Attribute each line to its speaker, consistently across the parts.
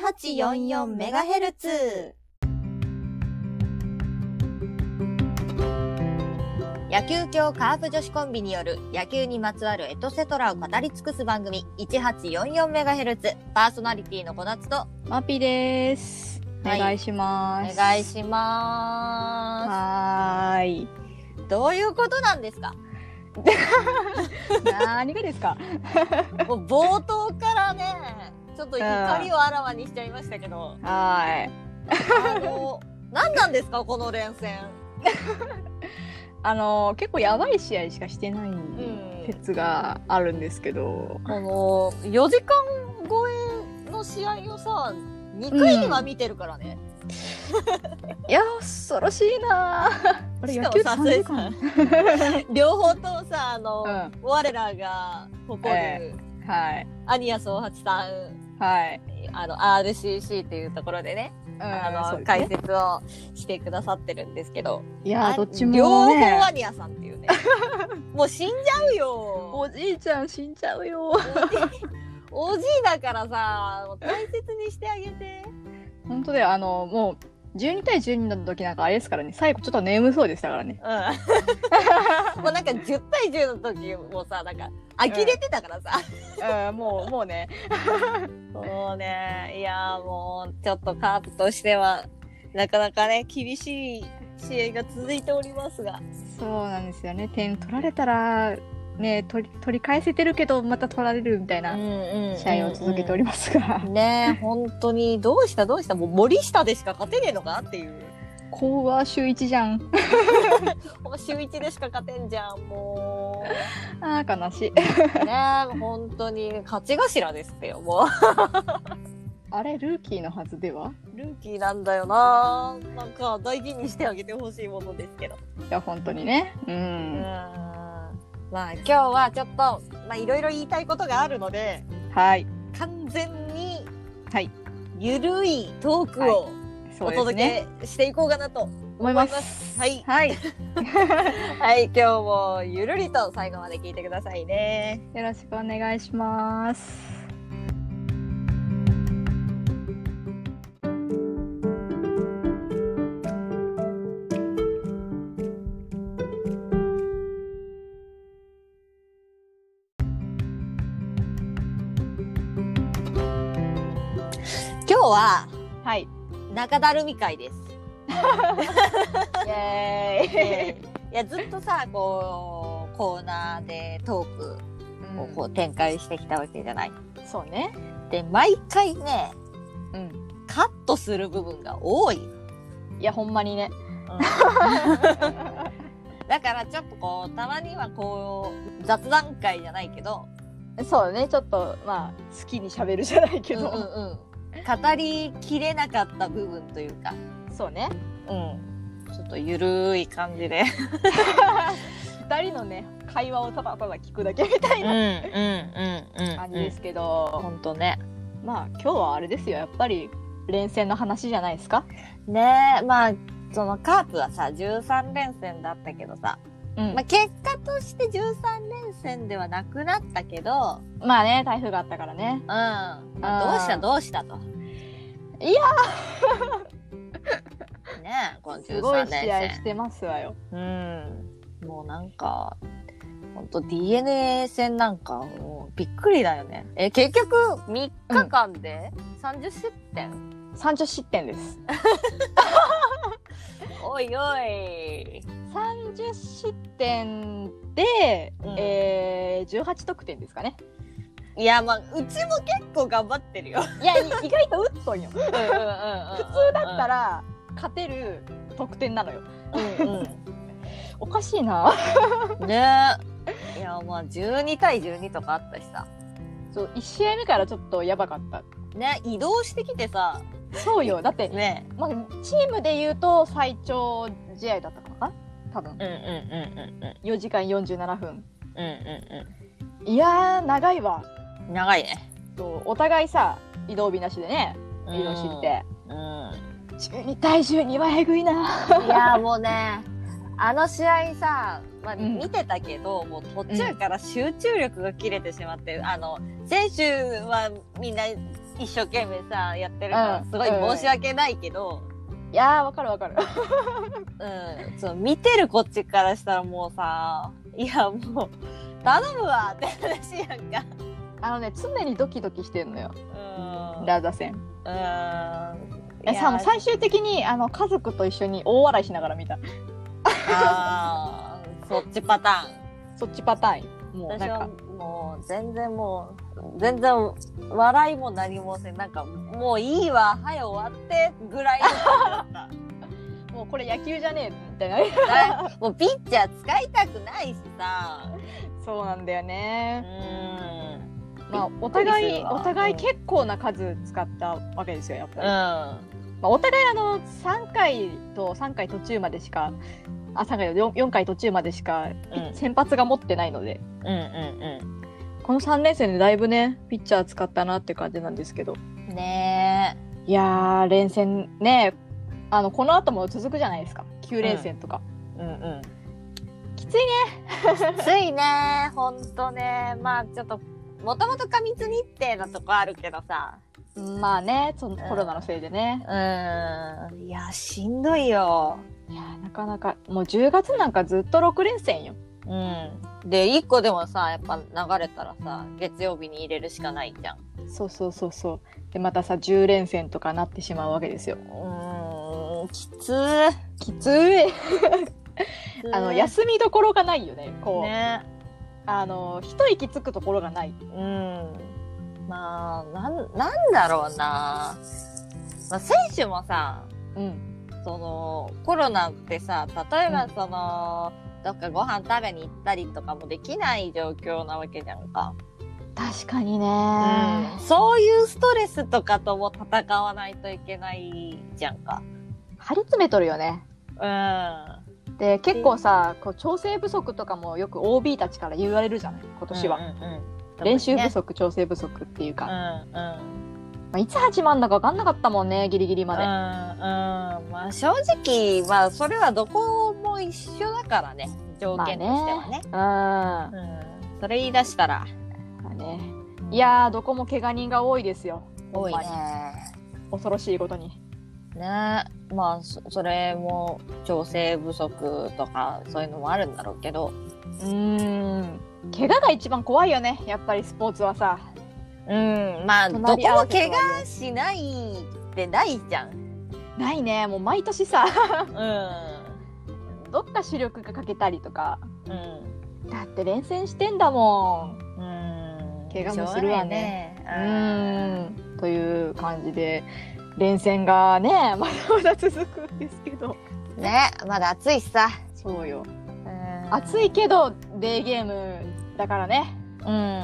Speaker 1: 1844メガヘルツ。野球協カープ女子コンビによる野球にまつわるエトセトラを語り尽くす番組1844メガヘルツパーソナリティの小夏と
Speaker 2: マピです。お
Speaker 1: はい
Speaker 2: 願いしま
Speaker 1: お
Speaker 2: す。
Speaker 1: 願いしま
Speaker 2: はーい。
Speaker 1: す。どういうことなんですか
Speaker 2: 何がですか。
Speaker 1: もう冒頭からね、ちょっと怒りをあらわにしちゃいましたけど、
Speaker 2: はーい。
Speaker 1: あの、何なんですかこの連戦。
Speaker 2: あの結構やばい試合しかしてない
Speaker 1: ん。
Speaker 2: 説があるんですけど。
Speaker 1: この、4時間超えの試合をさ、2回には見てるからね。
Speaker 2: いや恐ろしいなー。あれ
Speaker 1: し
Speaker 2: 野
Speaker 1: かも
Speaker 2: 球
Speaker 1: さ、
Speaker 2: 三
Speaker 1: それ
Speaker 2: 時
Speaker 1: さ
Speaker 2: 間。、
Speaker 1: 両方ともさ、あの、
Speaker 2: うん。
Speaker 1: 我らが誇る、
Speaker 2: えはい。
Speaker 1: アニア総八さん、
Speaker 2: はい。
Speaker 1: あの、RCC っていうところでね、
Speaker 2: うん
Speaker 1: あ
Speaker 2: そう
Speaker 1: の、
Speaker 2: です
Speaker 1: 解
Speaker 2: ね
Speaker 1: 説をしてくださってるんですけど、
Speaker 2: いや
Speaker 1: あ
Speaker 2: ーどっちもね。
Speaker 1: 両方アニアさんって いうね。もう死んじゃうよ。
Speaker 2: おじいちゃん死んじゃうよ。
Speaker 1: おじいだからさ、もう大切にしてあげて。
Speaker 2: 本当だよあのもう12対12だった時なんかあれですからね最後ちょっと眠そうでしたからね。
Speaker 1: うん。も うなんか10対10の時もさ、なんか、呆れてたからさ。
Speaker 2: うんもうもうね。
Speaker 1: そうね。いやーもう、ちょっとカープとしては、なかなかね、厳しい試合が続いておりますが。
Speaker 2: そうなんですよね点取られたらね取り取り返せてるけどまた取られるみたいな
Speaker 1: うん
Speaker 2: 試合を続けておりますが、
Speaker 1: ます。ねえ、本当に、どうしたどうしたもう森下でしか勝てねえのかっていう。
Speaker 2: こうは週1じゃん
Speaker 1: もう週一でしか勝てんじゃん、もう。
Speaker 2: あー悲しい
Speaker 1: ねえ、本当に、勝ち頭ですよ、も
Speaker 2: あれルーキーのはずでは
Speaker 1: う。ルーキーなんだよななんか、大事にしてあげてほしいものですけど。
Speaker 2: いや本当にねう
Speaker 1: うん
Speaker 2: ん、
Speaker 1: まあ、今日はちょっと、まあ、いろいろ言いたいことがあるので、
Speaker 2: はい
Speaker 1: 完全に、
Speaker 2: はい
Speaker 1: ゆるいトークをお
Speaker 2: そうです
Speaker 1: 届
Speaker 2: ね
Speaker 1: けしていこうかなと
Speaker 2: 思
Speaker 1: 思い
Speaker 2: い
Speaker 1: ま。
Speaker 2: ますす
Speaker 1: はい、
Speaker 2: はい
Speaker 1: はい、今日もゆるりと最後まで聞いてくださいね。
Speaker 2: よろしくお願いします
Speaker 1: 今日は
Speaker 2: はい
Speaker 1: 中だるみ会です。
Speaker 2: イエーイ
Speaker 1: いや、ずっとさ、こう、コーナーでトークをこ
Speaker 2: う
Speaker 1: う展開してきたわけじゃない。
Speaker 2: んそうね
Speaker 1: で、毎回ね、
Speaker 2: うん
Speaker 1: カットする部分が多い。
Speaker 2: いやほんまにね
Speaker 1: だからちょっとこう、たまにはこう、雑談会じゃないけど、
Speaker 2: そうねちょっとまあ好きに喋るじゃないけ
Speaker 1: うん
Speaker 2: ど、
Speaker 1: うんうん、語りきれなかった部分というか、
Speaker 2: そうね
Speaker 1: うん、ちょっとゆるい感じで、
Speaker 2: 二人のね会話をただただ聞くだけみたい
Speaker 1: うんうん
Speaker 2: な
Speaker 1: うんうん
Speaker 2: 感じですけど、
Speaker 1: 本当ね。
Speaker 2: まあ今日はあれですよやっぱり連戦の話じゃないですか
Speaker 1: ねえまあそのカープはさ13連戦だったけどさ、
Speaker 2: うん
Speaker 1: ま
Speaker 2: ま
Speaker 1: あ、結果として13連戦ではなくなったけど、
Speaker 2: あね台風があったからね
Speaker 1: うんまあ、
Speaker 2: あー
Speaker 1: どうしたどうしたと。
Speaker 2: い
Speaker 1: や ねえこの
Speaker 2: すごい
Speaker 1: 13連
Speaker 2: 試合
Speaker 1: 戦
Speaker 2: し。てますわよ
Speaker 1: うん。もうなんか、ほんと DNA 戦なんかもうびっくりだよね。え、結局3日間で30失点、
Speaker 2: 30失点です
Speaker 1: おいおい。
Speaker 2: 30失点で、
Speaker 1: うん
Speaker 2: えー、18得点ですかね
Speaker 1: いや、まあ、うちも結構頑張ってるよ。
Speaker 2: いやい意外と打っとんよ
Speaker 1: うんうんうんうん
Speaker 2: 普通だったら勝てる得点なのよ
Speaker 1: うん
Speaker 2: おかしいな
Speaker 1: うん。ねえ。いや、まあ、12対12とかあったしさ。
Speaker 2: そう1試合目からちょっとやばかった
Speaker 1: ね、移動してきてさ、
Speaker 2: そうよだって
Speaker 1: ね
Speaker 2: まあ、チームで言うと最長試合だったかな多分
Speaker 1: うんうんうんうんうん
Speaker 2: 4時間47分
Speaker 1: うんう
Speaker 2: いやー長いわ
Speaker 1: んうん。長いね。
Speaker 2: とお互いさ移動日なしでね移動してきて
Speaker 1: うん。
Speaker 2: 12対12はえぐいな
Speaker 1: いやもうね あの試合さ、まあ、
Speaker 2: うん
Speaker 1: 見てたけど、もう途中から集中力が切れてしまって、あの選手はみんな一生懸命さやってるから
Speaker 2: う
Speaker 1: す
Speaker 2: ん
Speaker 1: ごい申し訳ないけど、
Speaker 2: いやーわかるわか る
Speaker 1: うんそう見てるこっちからしたらもうさいやもう頼むわって話やんか。
Speaker 2: あのね常にドキドキしてんのよ
Speaker 1: うん
Speaker 2: ラザ戦
Speaker 1: うん
Speaker 2: え
Speaker 1: いや
Speaker 2: さもう最終的にあの家族と一緒に大笑いしながら見た
Speaker 1: あーそっちパタ
Speaker 2: そっちパターン
Speaker 1: ー
Speaker 2: も
Speaker 1: ン
Speaker 2: う
Speaker 1: 私
Speaker 2: なん
Speaker 1: は
Speaker 2: か
Speaker 1: もう全然もう全然笑いも何もせんなんかもういいわはい終わってぐらいの感じだっ
Speaker 2: もうこれ野球じゃねえみたいな
Speaker 1: ただもうピッチャー使いたくないしさ
Speaker 2: そうなんだよ
Speaker 1: う
Speaker 2: ね、
Speaker 1: ん
Speaker 2: まあお
Speaker 1: びっくりす
Speaker 2: 互い
Speaker 1: るわ
Speaker 2: お互い結構な数使ったわけですよやっぱり、
Speaker 1: う
Speaker 2: まあ、お互いあの3回と3回途中までしかあ3回と 4, 4回途中までしか
Speaker 1: うん
Speaker 2: 先発が持ってないので、
Speaker 1: んうん
Speaker 2: この3連戦でだいぶねピッチャー使ったなって感じなんですけど
Speaker 1: うんね
Speaker 2: いやー連戦ねあのこの後も続くじゃないですか9連戦とか、
Speaker 1: えうんうん
Speaker 2: きついね
Speaker 1: きついねほんとねまあちょっともともと過密日程なとこあるけどさ
Speaker 2: まあねそのコロナのせいでね、
Speaker 1: うんいやしんどいよ
Speaker 2: いやーなかなかもう10月なんかずっと6連戦よ
Speaker 1: うんで一個でもさやっぱ流れたらさ月曜日に入れるしかないじゃん
Speaker 2: そうそうそうそうでまたさ10連戦とかなってしまうわけですよ
Speaker 1: うんきつ
Speaker 2: きついあの
Speaker 1: 安
Speaker 2: 休みどころがないよねこう
Speaker 1: ね
Speaker 2: あの一息つくところがない
Speaker 1: うんまあなんなんだろうな、まあ、選手もさ
Speaker 2: うん
Speaker 1: そのコロナってさ例えばその、どっかご飯食べに行ったりとかもできない状況なわけじゃんか、
Speaker 2: 確かにね、
Speaker 1: そういうストレスとかとも戦わないといけないじゃんか
Speaker 2: 張り詰めとるよね
Speaker 1: うん
Speaker 2: で結構さこう調整不足とかもよく OB たちから言われるじゃない今年は、
Speaker 1: うんうんうん
Speaker 2: 練習不
Speaker 1: 特
Speaker 2: 足、調整不足っていうか、
Speaker 1: にね
Speaker 2: ま
Speaker 1: うんうん
Speaker 2: あ、いつ始まるんだか分かんなかったもんねギリギリ
Speaker 1: うんう
Speaker 2: ま
Speaker 1: ん
Speaker 2: で、
Speaker 1: まあ正直まあそれはどこも一緒だからね条件としてはね,、
Speaker 2: まあね
Speaker 1: うんそれ言い出したら
Speaker 2: うん、まあねいやーどこも怪我人が多いですよ
Speaker 1: 多い
Speaker 2: ほんまに
Speaker 1: ね
Speaker 2: 恐ろしいことに
Speaker 1: ねまあそそれも調整不足とかそういうのもあるんだろうけど
Speaker 2: うーん怪我が一番怖いよねやっぱりスポーツはさ
Speaker 1: うんまあどこも
Speaker 2: 隣り合わせとはい
Speaker 1: 怪
Speaker 2: え
Speaker 1: 我しないってないじゃん
Speaker 2: ないねもう毎年さ
Speaker 1: う
Speaker 2: どっか主力が欠けたりとか
Speaker 1: んうん
Speaker 2: だって連戦してんだもん
Speaker 1: うん
Speaker 2: 怪我もするわね
Speaker 1: しょう
Speaker 2: う
Speaker 1: がないね
Speaker 2: ーんという感じで連戦がね まだまだ続くんですけど
Speaker 1: うんねまだ暑いしさ
Speaker 2: そうよ
Speaker 1: うん
Speaker 2: 暑いけどデーゲームだからね
Speaker 1: うん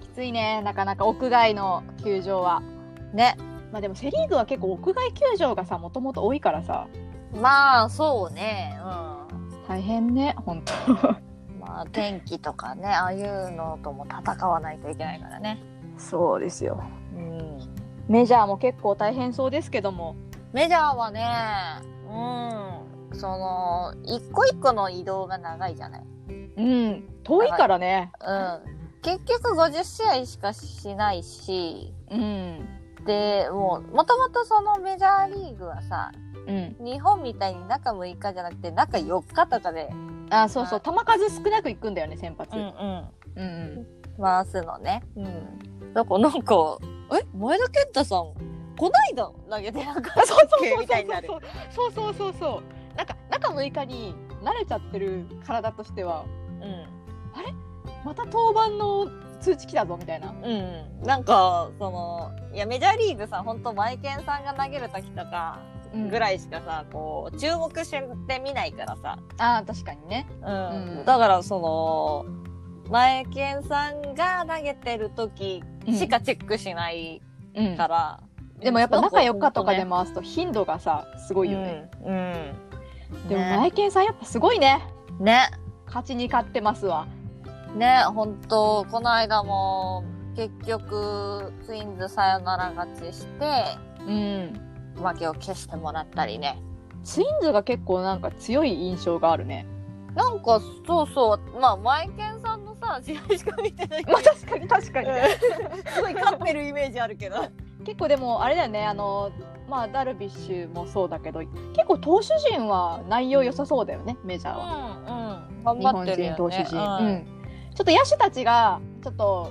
Speaker 2: きついねなかなか屋外の球場は
Speaker 1: ね
Speaker 2: まあでもセ・リーグは結構屋外球場がさもともと多いからさ
Speaker 1: まあそうねうん
Speaker 2: 大変ね本当
Speaker 1: まあ天気とかねああいうのとも戦わないといけないからね
Speaker 2: そうですよ
Speaker 1: うん
Speaker 2: メジャーも結構大変そうですけども
Speaker 1: メジャーはね、うん、その、一個一個の移動が長いじゃない。
Speaker 2: うん遠いからね
Speaker 1: うん。結局50試合しかしないし、
Speaker 2: うん
Speaker 1: で、もう、もともとそのメジャーリーグはさ、
Speaker 2: うん
Speaker 1: 日本みたいに中6日じゃなくて中4日とかで、
Speaker 2: あそうそう球数少なくいくんだよね先発
Speaker 1: ん。
Speaker 2: うんうん
Speaker 1: 回すのね。うん。だからなんか、え、前田健太さん、こないだ投げてなかったっ
Speaker 2: そうそう
Speaker 1: け
Speaker 2: そう
Speaker 1: みたいになる。
Speaker 2: そうそうそうそうそうなんか中6日に慣れちゃってる体としては
Speaker 1: うん。
Speaker 2: また登板の通知来たぞみたいな
Speaker 1: うん、なんかそのいやメジャーリーグさ本当マイケンさんが投げる時とかぐ
Speaker 2: い
Speaker 1: らいしかさこう注目して見ないからさ、
Speaker 2: あー確かにね
Speaker 1: うん
Speaker 2: うん
Speaker 1: だからそのマイケンさんが投げてる時しかチェックしない
Speaker 2: うん
Speaker 1: から、
Speaker 2: でもやっぱ中4日とかで
Speaker 1: も
Speaker 2: 回すと頻度がさすごいよね、
Speaker 1: うん、うん
Speaker 2: でも
Speaker 1: ね
Speaker 2: 内見さんやっぱすごいね
Speaker 1: ね
Speaker 2: 勝ちに勝ってますわ
Speaker 1: ね本当この間も結局ツインズサヨナラ勝ちして
Speaker 2: うん
Speaker 1: 負けを消してもらったりね
Speaker 2: ツインズが結構なんか強い印象があるね
Speaker 1: なんかそうそうまあマイケンさ んのさ試合しか見てないけど
Speaker 2: まあ確かに確かに
Speaker 1: すごい勝ってるイメージあるけど
Speaker 2: 結構でもあれだよねあのまあダルビッシュもそうだけど結構投手陣は内容良さそうだよねメジャーは、
Speaker 1: うんうん頑張ってるよ、ね、
Speaker 2: 日本人投手陣、
Speaker 1: うん
Speaker 2: うんちょっと野手たちがちょっと、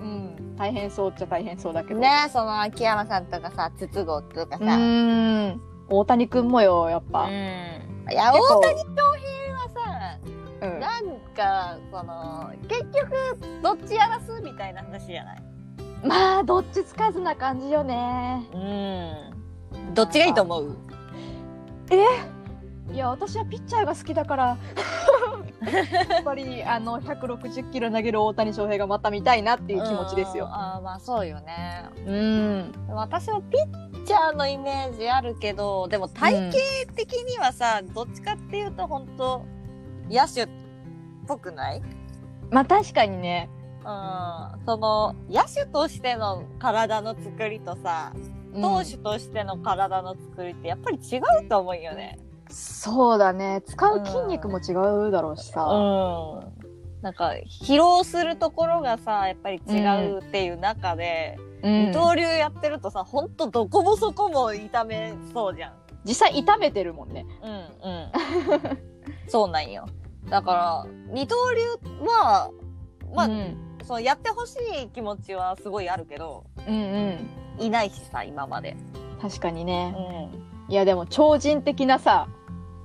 Speaker 2: うんうん、大変そうっちゃ大変そうだけど
Speaker 1: ねその秋山さんとかさ筒香とか
Speaker 2: う
Speaker 1: さ、
Speaker 2: ーん大谷君もよやっぱ、
Speaker 1: うんいや
Speaker 2: 結構
Speaker 1: 大谷翔平は
Speaker 2: う
Speaker 1: さ
Speaker 2: ん
Speaker 1: なんかその結局どっちやらすみたいな話じゃない
Speaker 2: まあどっちつかずな感じよね
Speaker 1: うんどっちがいいと思う
Speaker 2: いや私はピッチャーが好きだからやっぱりあの160キロ投げる大谷翔平がまた見たいなっていう気持ちです
Speaker 1: うん
Speaker 2: よ。
Speaker 1: あーまあそうよね
Speaker 2: うん、
Speaker 1: 私はピッチャーのイメージあるけどでも体型的にはさ、どっちかっていうと本当野手っぽくない
Speaker 2: まあ確かにね
Speaker 1: うん、その野手としての体の作りとさ投手としての体の作りってやっぱり違うと思うよね。
Speaker 2: そうだね使う筋肉も違うだろうし
Speaker 1: う
Speaker 2: さ、
Speaker 1: ん、なんか疲労するところがさやっぱり違うっていう中で、
Speaker 2: うん
Speaker 1: 二刀流やってるとさほんとどこもそこも痛めそうじゃん。
Speaker 2: 実際痛めてるもんね
Speaker 1: うん うん、そうなんよだから二刀流はまあ、
Speaker 2: うん、
Speaker 1: そのやってほしい気持ちはすごいあるけど
Speaker 2: うんうん
Speaker 1: いないしさ今まで。
Speaker 2: 確かにね、
Speaker 1: うん
Speaker 2: いやでも超人的なさ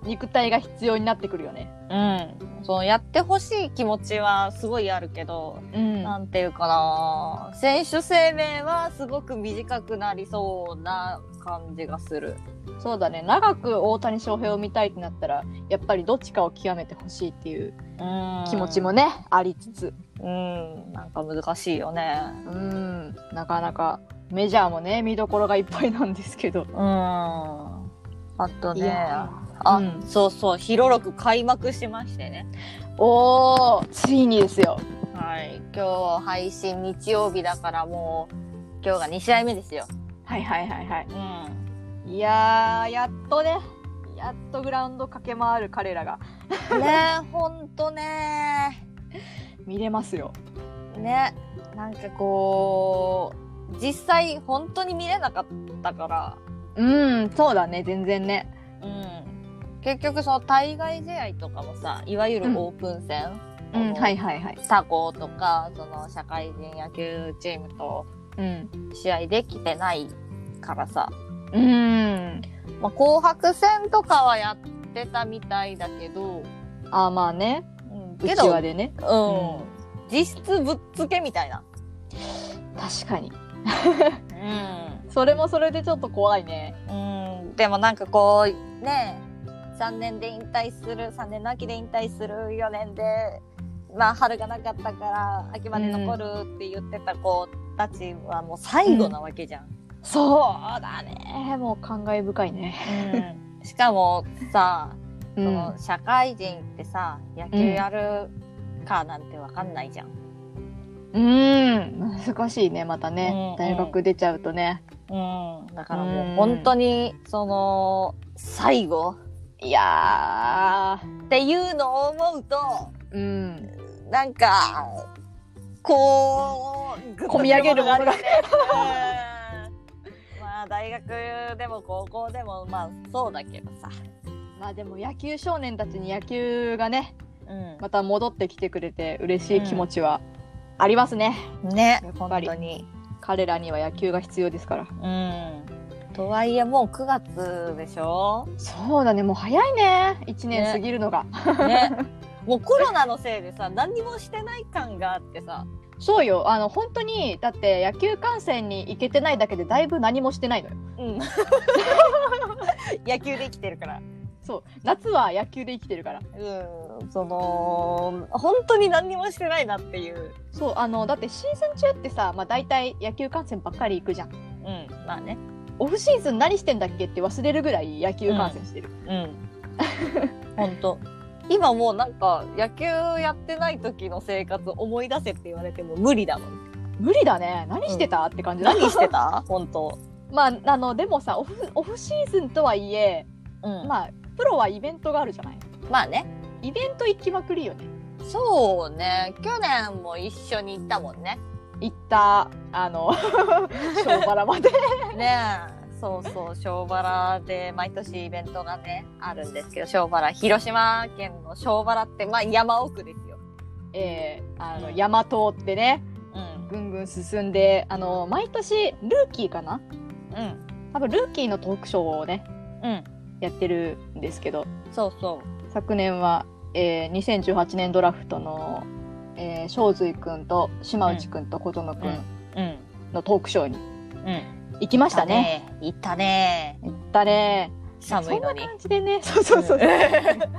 Speaker 2: 肉体が必要になってくるよね
Speaker 1: うん、そのやってほしい気持ちはすごいあるけど、
Speaker 2: うん
Speaker 1: なんていうかな選手生命はすごく短くなりそうな感じがする
Speaker 2: そうだね長く大谷翔平を見たいってなったらやっぱりどっちかを極めてほしいっていう気
Speaker 1: 気
Speaker 2: 持ちもね、ありつつ
Speaker 1: うんなんか難しいよね
Speaker 2: うんなかなかメジャーもね見どころがいっぱいなんですけど
Speaker 1: うんあと
Speaker 2: い
Speaker 1: ね
Speaker 2: や
Speaker 1: あ、
Speaker 2: うん
Speaker 1: そうそう広く開幕しましてね
Speaker 2: おーついにですよ
Speaker 1: はい今日配信日曜日だからもう今日が2試合目ですよ
Speaker 2: はいはいはいはい
Speaker 1: うん
Speaker 2: いやーやっとねやっとグラウンド駆け回る彼らが
Speaker 1: ねえほんとね
Speaker 2: 見れますよ
Speaker 1: ねなんかこう実際本当に見れなかったから、
Speaker 2: うんそうだね全然ね
Speaker 1: うん、結局その対外試合とかもさいわゆるオープン戦、
Speaker 2: うん
Speaker 1: その
Speaker 2: はいはいはい
Speaker 1: 他校とかその社会人野球チームと
Speaker 2: うん
Speaker 1: 試合できてないからさ、
Speaker 2: うん
Speaker 1: まあ、紅白戦とかはやってたみたいだけど、
Speaker 2: あーまあね
Speaker 1: うん、
Speaker 2: う
Speaker 1: け
Speaker 2: ち
Speaker 1: ど、う
Speaker 2: わ
Speaker 1: ん
Speaker 2: でね
Speaker 1: 実質ぶっつけみたいな。
Speaker 2: 確かに
Speaker 1: うん
Speaker 2: それもそれでちょっと怖いね
Speaker 1: うん、でもなんかこうね3年で引退する3年の秋で引退する4年で、まあ、春がなかったから秋まで残るって言ってた子たちはもう最後なわけじゃん。
Speaker 2: そうだねもう感慨深いね
Speaker 1: しかもさ、
Speaker 2: う
Speaker 1: そ
Speaker 2: ん
Speaker 1: の社会人ってさ野球やるかなんてわかんないじゃん。
Speaker 2: うん難しいねまた
Speaker 1: うんう
Speaker 2: ね
Speaker 1: ん
Speaker 2: 大学出ちゃうとね
Speaker 1: うん、だから
Speaker 2: う
Speaker 1: も
Speaker 2: ん
Speaker 1: う本当にその最後
Speaker 2: いや
Speaker 1: っていうのを思うと
Speaker 2: ーうん
Speaker 1: なんか、こう、ぐっと
Speaker 2: 込み上げるものが
Speaker 1: くね。うん まあ、大学でも高校でも、まあ、そうだけどさ。
Speaker 2: まあでも野球少年たちに野球がね
Speaker 1: うん
Speaker 2: また戻ってきてくれて嬉しい気持ちはありますね、
Speaker 1: ね
Speaker 2: やっ、
Speaker 1: 本
Speaker 2: ぱり
Speaker 1: 当に。
Speaker 2: 彼らには野球が必要ですから
Speaker 1: うん。とはいえ、もう9月でしょ
Speaker 2: そうだねもう早いね1年
Speaker 1: ね
Speaker 2: 過ぎるのが、
Speaker 1: ね。もうコロナのせいでさ、何にもしてない感があってさ。
Speaker 2: そうよあの本当にだって野球観戦に行けてないだけでだいぶ何もしてないのよ
Speaker 1: うん。野球できてるから。
Speaker 2: そう夏は野球で生きてるから
Speaker 1: うん。その、本当に何にもしてないなっていう。
Speaker 2: そうあのだってシーズン中ってさ、まあ、大体野球観戦ばっかり行くじゃん
Speaker 1: うん。まあね。
Speaker 2: オフシーズン何してんだっけって忘れるぐらい野球観戦してる、
Speaker 1: うん。本当。今もうなんか野球やってない時の生活思い出せって言われても無理だもん。
Speaker 2: 無理だね何してた、って感じだ
Speaker 1: 何してた？ 本当。
Speaker 2: まああのでもさオフオフシーズンとはいえ、
Speaker 1: うん。まあ
Speaker 2: まあプロはイベントがあるじゃない
Speaker 1: まあね。
Speaker 2: イベント行きまくりよね
Speaker 1: そうね。去年も一緒に行ったもんね。
Speaker 2: 行った あの小原まで
Speaker 1: ねえそうそう小原で毎年イベントがねあるんですけど小原広島県の小原ってまあ山奥ですよ。
Speaker 2: えーあの山通ってね
Speaker 1: うん
Speaker 2: ぐんぐん進んであの毎年ルーキーかな
Speaker 1: うん
Speaker 2: 多分ルーキーのトークショーをね
Speaker 1: うん
Speaker 2: やってるんですけど
Speaker 1: そうそう
Speaker 2: 昨年は、えー2018年ドラフトの、えー、正髄くんと島内くんと琴野くん
Speaker 1: うん
Speaker 2: のトークショーに
Speaker 1: うん
Speaker 2: 行きましたね。
Speaker 1: 行ったね
Speaker 2: 行ったね。
Speaker 1: 寒いのに
Speaker 2: そんな感じでね、そうそうそう。
Speaker 1: う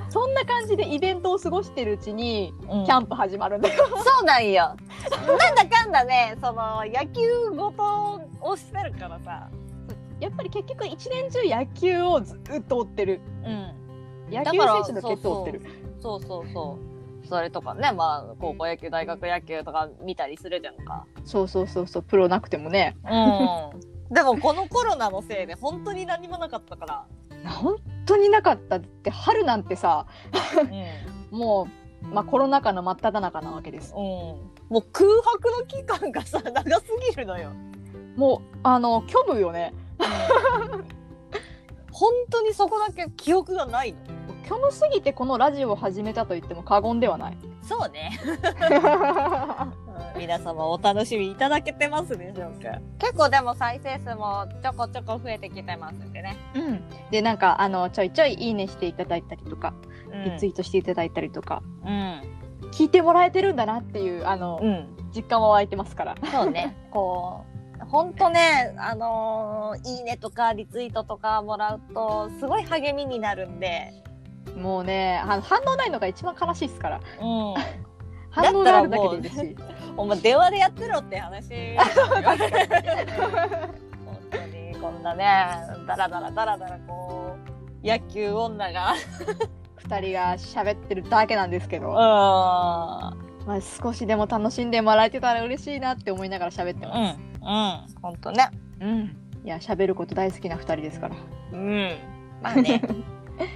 Speaker 2: そんな感じでイベントを過ごしてるうちに、
Speaker 1: ん
Speaker 2: キャンプ始まるん だよ。
Speaker 1: そうなんよ。なんだかんだね、その野球ごとをしてるからさ。
Speaker 2: やっぱり結局一年中野球をずっと追ってる。
Speaker 1: うん。
Speaker 2: 野
Speaker 1: だ
Speaker 2: 球
Speaker 1: から
Speaker 2: 選手の結果を追ってる。
Speaker 1: そうそうそう。それとかね、まあ高校野球、大学野球とか見たりするじゃんか。
Speaker 2: そうそうそうそう、プロなくてもね。
Speaker 1: うん。でもこのコロナのせいで本当に何もなかったから。
Speaker 2: 本当になかったって、春なんてさ、
Speaker 1: うん。うん。
Speaker 2: もう、まあコロナ禍の真っ只中なわけです。
Speaker 1: もう空白の期間がさ長すぎるのよ。
Speaker 2: もう、あの、虚無よね。
Speaker 1: 本当にそこだけ記憶がないの。
Speaker 2: 虚無すぎてこのラジオを始めたと言っても過言では ない。
Speaker 1: そうね。皆様お楽しみいただけてますでしょうか結構でも再生数もちょこちょこ増えてきてますんでね、
Speaker 2: うん、でなんかあのちょいちょいいいねしていただいたりとか、リツイートしていただいたりとか
Speaker 1: うん、
Speaker 2: 聞いてもらえてるんだなっていうあの、
Speaker 1: うん、
Speaker 2: 実感は湧いてますから
Speaker 1: そう ねこうほんとねあのーいいねとかリツイートとかもらうとすごい励みになるんで、
Speaker 2: もうねあの反応ないのが一番悲しいですから
Speaker 1: うん、お
Speaker 2: 反応があるだけでいいですし、
Speaker 1: 前電話でやってろって話本当にこんなねダラダラダラダラこう野球女が
Speaker 2: 2人が喋ってるだけなんですけど、
Speaker 1: うん
Speaker 2: まあ、少しでも楽しんでもらえてたら嬉しいなって思いながら喋って
Speaker 1: うん、う
Speaker 2: ま
Speaker 1: ん、本当ね。
Speaker 2: す、うんいや喋ること大好きな2人ですから
Speaker 1: うん、まあ ね。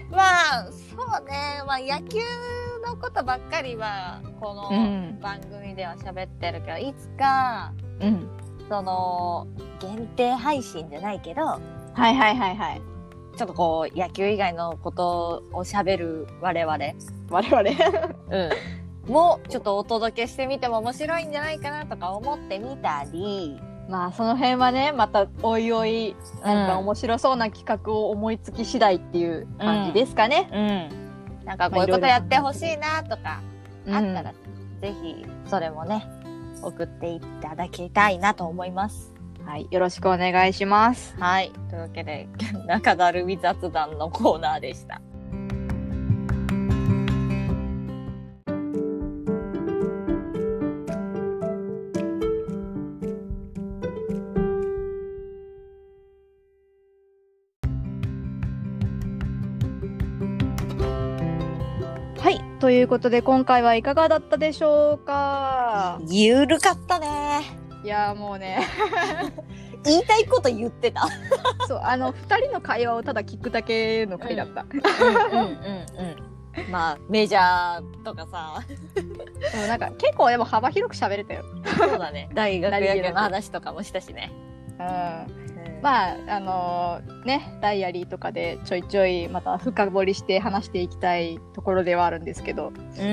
Speaker 1: まあ、そうね、まあ、野球のことばっかりは、こ
Speaker 2: う
Speaker 1: の
Speaker 2: ん
Speaker 1: 番組では喋ってるけど、いつか。
Speaker 2: うん
Speaker 1: その限定配信じゃないけど、
Speaker 2: はいはいはいはい
Speaker 1: ちょっとこう野球以外のことを喋る我々。
Speaker 2: 我々
Speaker 1: うん。もちょっとお届けしてみても面白いんじゃないかなとか思ってみたり、
Speaker 2: まあその辺はねまたおいおいなんか面白そうな企画を思いつき次第っていう感じですかね。
Speaker 1: うん、なんかこういうことやってほしいなとか、あ
Speaker 2: うん
Speaker 1: ったら、ぜひそれもね送っていただきたいなと思います。
Speaker 2: はい、よろしくお願いします。
Speaker 1: はい、というわけで 中だるみ雑談のコーナーでした。
Speaker 2: はい、ということで今回はいかがだったでしょうか。
Speaker 1: ゆるかったね。
Speaker 2: いやーもうね、
Speaker 1: 言いたいこと言ってた。
Speaker 2: そうあの二人の会話をただ聞くだけの回だった。で
Speaker 1: うんうんうんうん。まあメジャーとかさ、
Speaker 2: もなんか結構でも幅広く喋れたよ。
Speaker 1: そうだね。 大学
Speaker 2: 何
Speaker 1: 野
Speaker 2: 気な
Speaker 1: 球
Speaker 2: く
Speaker 1: の話とかもしたしね。
Speaker 2: うん。まああのーねダイアリーとかでちょいちょいまた深掘りして話していきたいところではあるんですけど、
Speaker 1: うん、そ
Speaker 2: まあ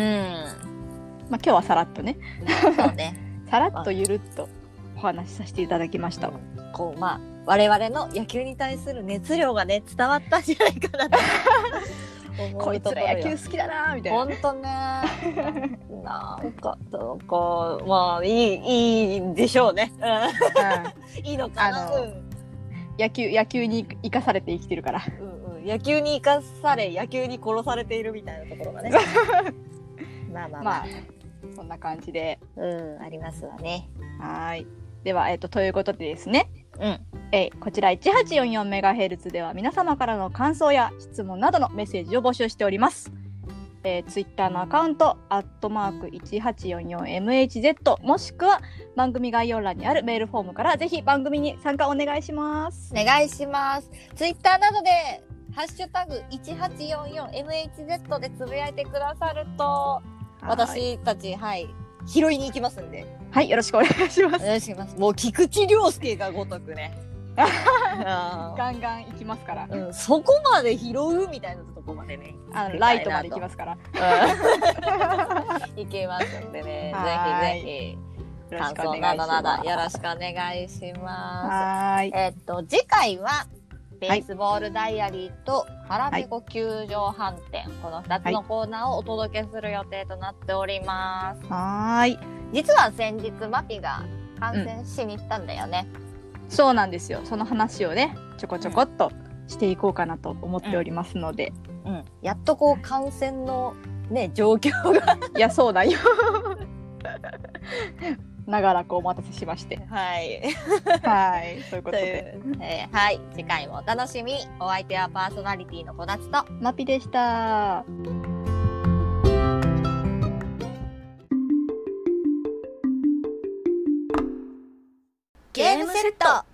Speaker 2: 今日はさらっとね。
Speaker 1: うね。
Speaker 2: さらっとゆるっとお話しさせていただきました。
Speaker 1: こうまあ我々の野球に対する熱量がね伝わったんじゃないかなと思う
Speaker 2: こいつ
Speaker 1: とろ
Speaker 2: ら
Speaker 1: よ
Speaker 2: 野球好きだなーみたい
Speaker 1: ほ
Speaker 2: な。
Speaker 1: んとね。 なんか、なんか、まあ、いい、いいんでしょうね。うんいいのかな。
Speaker 2: あの
Speaker 1: うん
Speaker 2: 野球野球に生かされて生きてるから。
Speaker 1: うんうん野球に生かされ、野球に殺されているみたいなところ がね。まあまあま
Speaker 2: ま
Speaker 1: あ
Speaker 2: あ、そんな感じで。
Speaker 1: うん、ありますわね。
Speaker 2: はーい。では、えっと、ということでですね。
Speaker 1: うん。
Speaker 2: えーこちら 1844MHz では皆様からの感想や質問などのメッセージを募集しております。えー、Twitter のアカウント、アットマーク 1844MHz もしくは番組概要欄にあるメールフォームからぜひ番組に参加お願いします。
Speaker 1: お願いします。ツイッターなどで、ハッシュタグ 1844MHZ でつぶやいてくださると、
Speaker 2: はーい
Speaker 1: 私たち、はい、拾いに行きますんで。
Speaker 2: はい、よろしくお願いしま
Speaker 1: お
Speaker 2: す。
Speaker 1: 願いします。もう菊池涼介がごとく ね。あー
Speaker 2: ガンガン行きますから。
Speaker 1: うん、そこまで拾うみたいなとこまでね。
Speaker 2: あのライトまで行きますから。よ
Speaker 1: いけますんでね。
Speaker 2: は
Speaker 1: ぜ
Speaker 2: い
Speaker 1: ひぜひ
Speaker 2: ろ
Speaker 1: 感
Speaker 2: しくお
Speaker 1: 想な
Speaker 2: 願
Speaker 1: い
Speaker 2: し
Speaker 1: ど
Speaker 2: ま
Speaker 1: な
Speaker 2: す。
Speaker 1: どよろしくお願いします。
Speaker 2: はーい。
Speaker 1: えっと次回はベースボールダイアリーと腹ペコ球場飯店、この2つのコーナーをお届けする予定となっております。
Speaker 2: はーい。
Speaker 1: 実は先日マピが観戦しに行ったんだよね。
Speaker 2: そうなんですよ。その話をね、ちょこちょこっとしていこうかなと思っておりますので。
Speaker 1: うん、やっとこう感染のね状況が
Speaker 2: いや、そうだよ。長らくお待たせしまして。
Speaker 1: はい
Speaker 2: はい。そういうこと
Speaker 1: とい
Speaker 2: で。
Speaker 1: う、えーはい次回もお楽しみにお相手はパーソナリティのこたつと
Speaker 2: マピでした。
Speaker 1: ゲームセット